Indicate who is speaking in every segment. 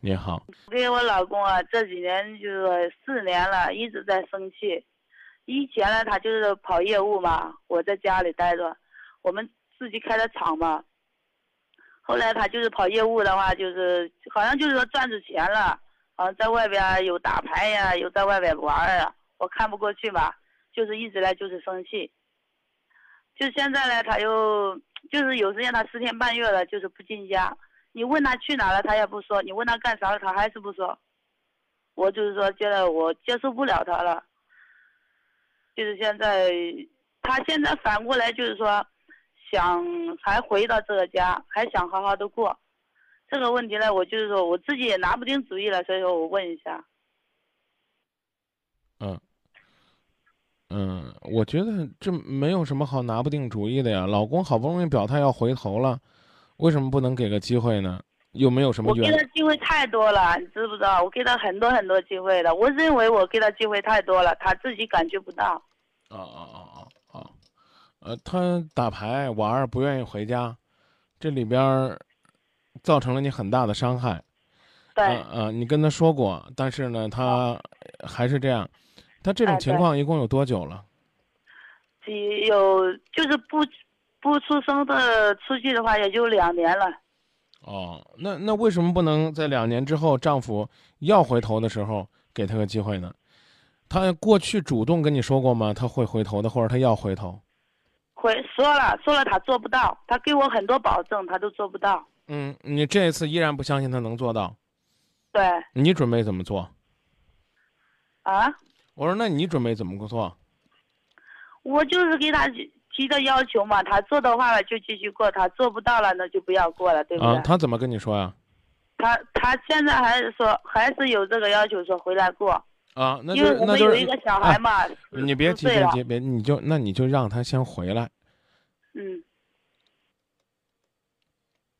Speaker 1: 你好，
Speaker 2: 跟我老公啊，这几年就是说四年了，一直在生气。以前呢，他就是跑业务嘛，我在家里待着，我们自己开的厂嘛。后来他就是跑业务的话，就是好像就是说赚着钱了，好像在外边啊有打牌呀，有在外边玩儿啊，我看不过去吧，就是一直来就是生气。就现在呢，他又就是有时间他十天半月了，就是不进家。你问他去哪了，他也不说；你问他干啥了，他还是不说。我就是说，觉得我接受不了他了。就是现在，他现在反过来就是说，想还回到这个家，还想好好的过。这个问题呢，我就是说我自己也拿不定主意了，所以说我问一下。
Speaker 1: 嗯，嗯，我觉得这没有什么好拿不定主意的呀。老公好不容易表态要回头了，为什么不能给个机会呢？有没有什么
Speaker 2: 我给
Speaker 1: 原
Speaker 2: 他机会太多了，你知不知道？我给他很多很多机会了，我认为我给他机会太多了，他自己感觉不到。
Speaker 1: 啊啊啊啊啊！呃，他打牌玩儿不愿意回家，这里边儿造成了你很大的伤害。
Speaker 2: 对，
Speaker 1: 啊、呃你跟他说过，但是呢，他还是这样。他这种
Speaker 2: 哎
Speaker 1: 情
Speaker 2: 对
Speaker 1: 况一共有多久了？
Speaker 2: 只有就是不不出声的出去的话，也就两年了。
Speaker 1: 哦，那那为什么不能在两年之后，丈夫要回头的时候给他个机会呢？他过去主动跟你说过吗？他会回头的，或者他要回头？
Speaker 2: 回说了说了，他做不到，他给我很多保证，他都做不到。
Speaker 1: 嗯，你这一次依然不相信他能做到，
Speaker 2: 对
Speaker 1: 你准备怎么做？
Speaker 2: 啊，
Speaker 1: 我说，那你准备怎么做？
Speaker 2: 我就是给他提提的要求嘛，他做的话了就继续过，他做不到了那就不要过了，对不对？
Speaker 1: 啊，他怎么跟你说呀、
Speaker 2: 他他现在还是说还是有这个要求，说回来过，
Speaker 1: 啊？那
Speaker 2: 因
Speaker 1: 就
Speaker 2: 为
Speaker 1: 是
Speaker 2: 我
Speaker 1: 那
Speaker 2: 们
Speaker 1: 就
Speaker 2: 有一
Speaker 1: 是啊
Speaker 2: 个小孩嘛，十
Speaker 1: 你别
Speaker 2: 十
Speaker 1: 急
Speaker 2: 岁
Speaker 1: 别
Speaker 2: 了
Speaker 1: 急别，你就那你就让他先回来，
Speaker 2: 嗯，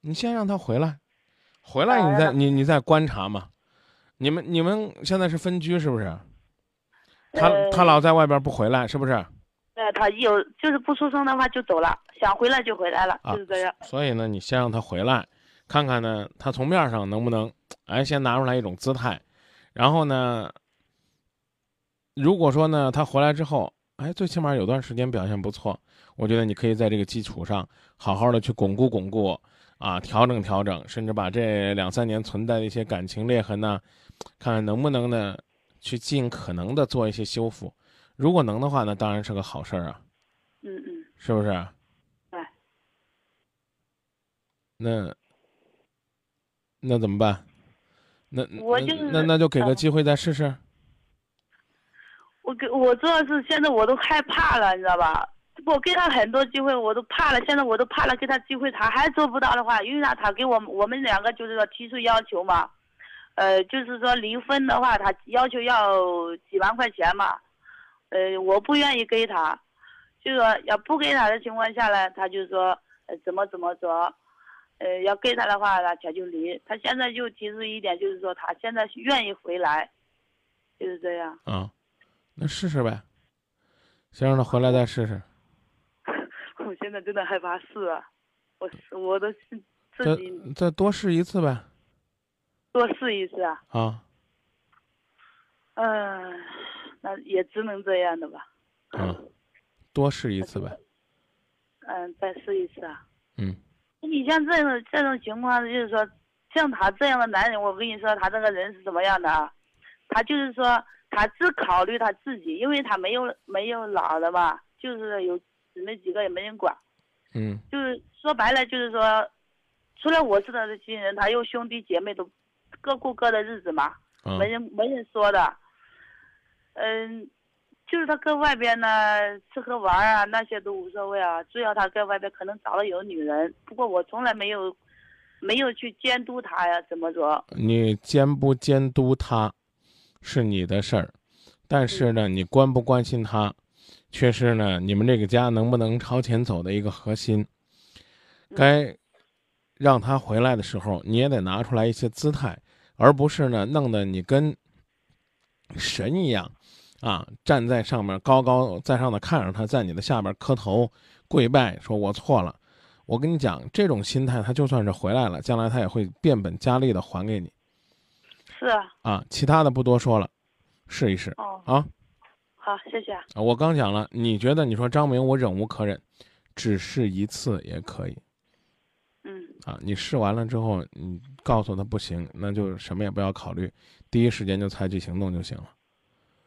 Speaker 1: 你先让他回来，回来
Speaker 2: 好
Speaker 1: 你再
Speaker 2: 呀
Speaker 1: 你你再观察嘛。你们你们现在是分居是不是？他
Speaker 2: 呃
Speaker 1: 他老在外边不回来是不是？
Speaker 2: 对他有就是不出声的话就走了，想回来就回来了，
Speaker 1: 啊
Speaker 2: 就是这样。
Speaker 1: 所以呢，你先让他回来，看看呢，他从面上能不能，哎，先拿出来一种姿态，然后呢，如果说呢，他回来之后，哎，最起码有段时间表现不错，我觉得你可以在这个基础上好好的去巩固巩固，啊，调整调整，甚至把这两三年存在的一些感情裂痕呢，看看能不能呢，去尽可能的做一些修复，如果能的话呢，当然是个好事儿啊，
Speaker 2: 嗯嗯，
Speaker 1: 是不是？
Speaker 2: 对。
Speaker 1: 那那怎么办？那
Speaker 2: 我
Speaker 1: 那
Speaker 2: 就是
Speaker 1: 那那就给个
Speaker 2: 呃
Speaker 1: 机会再试试。
Speaker 2: 我给我主要是现在我都害怕了，你知道吧？我给他很多机会，我都怕了。现在我都怕了，给他机会他还做不到的话，又让他给我们我们两个就是说提出要求嘛，呃，就是说离婚的话，他要求要几万块钱嘛，呃，我不愿意给他，就说要不给他的情况下呢，他就说呃怎么怎么着，呃，要给他的话呢，他就离。他现在就提出一点，就是说他现在愿意回来，就是这样。
Speaker 1: 啊，那试试呗，先让他回来再试试。
Speaker 2: 我现在真的害怕试啊，我我都是自
Speaker 1: 再
Speaker 2: 己
Speaker 1: 再多试一次呗。
Speaker 2: 多试一试啊。
Speaker 1: 啊
Speaker 2: 嗯、那也只能这样的吧。
Speaker 1: 啊，多试一次呗。
Speaker 2: 嗯，再试一次啊。
Speaker 1: 嗯，
Speaker 2: 你像这种这种情况，就是说，像他这样的男人，我跟你说，他这个人是怎么样的啊？他就是说，他只考虑他自己，因为他没有没有老的嘛，就是有姊妹几个也没人管。
Speaker 1: 嗯
Speaker 2: 就是说白了，就是说，除了我是他的亲人，他又兄弟姐妹都各过各的日子嘛。
Speaker 1: 啊
Speaker 2: 没人没人说的。嗯，就是他跟外边呢吃喝玩儿啊那些都无所谓啊，只要他在外边可能找了有女人，不过我从来没有没有去监督他呀，怎么着？
Speaker 1: 你监不监督他，是你的事儿，但是呢，你关不关心他，却是呢，你们这个家能不能朝前走的一个核心。该让他回来的时候，你也得拿出来一些姿态，而不是呢，弄得你跟神一样，啊，站在上面高高在上的看着他，在你的下边磕头跪拜，说我错了。我跟你讲，这种心态，他就算是回来了，将来他也会变本加厉的还给你。
Speaker 2: 是
Speaker 1: 啊，其他的不多说了，试一试
Speaker 2: 哦，
Speaker 1: 啊。
Speaker 2: 好，谢谢。
Speaker 1: 啊我刚讲了，你觉得你说张明我忍无可忍，只试一次也可以
Speaker 2: 嗯
Speaker 1: 啊。你试完了之后，你告诉他不行，那就什么也不要考虑，第一时间就采取行动就行了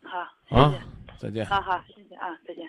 Speaker 2: 好，谢
Speaker 1: 啊
Speaker 2: 谢。。
Speaker 1: 再见。
Speaker 2: 好好，谢谢啊，再见。